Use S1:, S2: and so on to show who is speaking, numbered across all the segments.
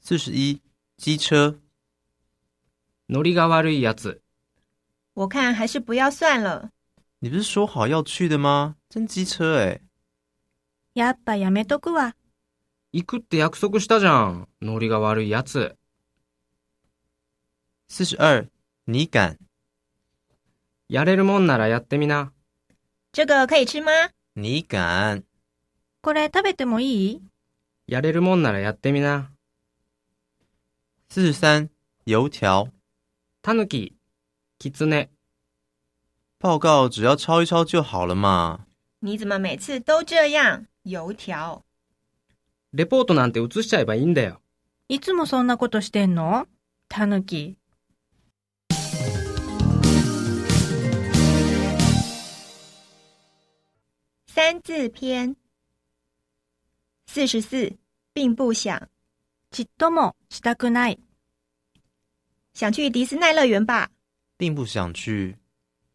S1: 四十一，机车。
S2: ノリが悪いやつ。
S3: 我看还是不要算了。
S1: 你不是说好要去的吗？真机车哎诶、
S4: やっぱやめとくわ。
S2: 行くって約束したじゃん。ノリが悪いやつ。
S1: 四十二，你敢？
S2: やれるもんならやってみな。
S3: 这个可以吃吗？
S1: 你敢？
S4: これ食べてもいい
S2: やれるもんならやってみな。
S1: 四十三，油条。
S2: タヌキ、キツネ、
S1: 报告只要抄一抄就好了嘛。
S3: 你怎么每次都这样？油条，
S2: レポートなんて写しちゃえばいいんだよ。
S4: いつもそんなことしてんのたぬき。
S3: 《三字篇》四十四，并不想
S4: ちっともしたくない。
S3: 想去迪斯奈乐园吧？
S1: 并不想去。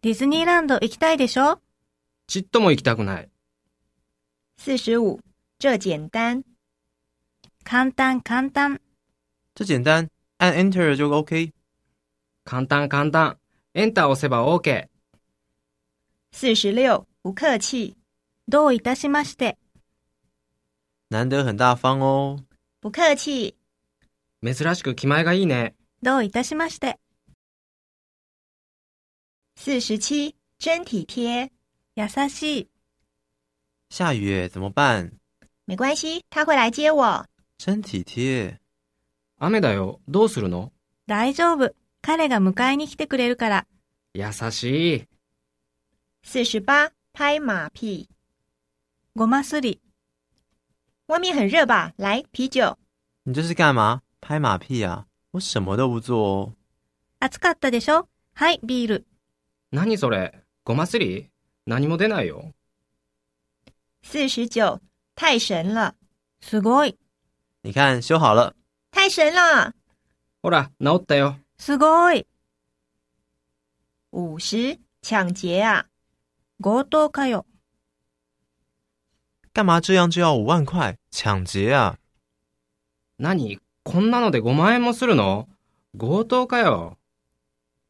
S4: ディズニーランド行きたいでしょ
S2: ちっとも行きたくない。
S3: 四十五，这简单。
S4: 簡単簡単。
S1: 这简单，按 Enter 就 OK。
S2: 簡単簡単。エンター押せば OK。
S3: 四十六，不客气，
S4: どういたしまして。
S1: 难得很大方哦。
S3: 不客气。
S2: 珍しく気前がいいね。
S4: どういたしまして。
S3: 四十七，真体贴，
S4: 優しい。
S1: 下雨耶怎么办？
S3: 没关系，他会来接我。
S1: 真体贴。
S2: 雨だよ。どうするの
S4: 大丈夫。彼が迎えに来てくれるから。
S2: 優しい。
S3: 四十八，拍马屁。
S4: ごますり。
S3: 外面很热吧？来，啤酒。
S1: 你这是干嘛？拍马屁啊！我什么都不做哦。
S4: 暑かったでしょはい、ビール。
S2: 何それごますり何も出ないよ。
S3: 四十九，太神了，
S4: すごい。
S1: 你看，修好了。
S3: 太神了。
S2: ほら、治ったよ。
S4: すごい。
S3: 五十，抢劫啊！
S4: 強盗かよ。
S1: 干嘛这样就要五万块？抢劫啊！
S2: 何こんなので5万円もするの強盗かよ。